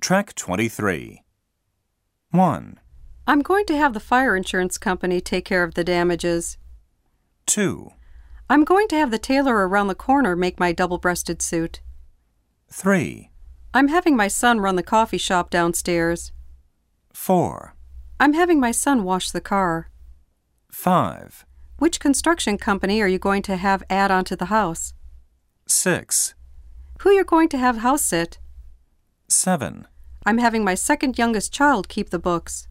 Track 23. 1, I'm going to have the fire insurance company take care of the damages. 2, I'm going to have the tailor around the corner make my double breasted suit. 3, I'm having my son run the coffee shop downstairs. 4, I'm having my son wash the car. 5, Which construction company are you going to have add onto the house? 6, Who you're going to have house sit? 7, I'm having my second youngest child keep the books.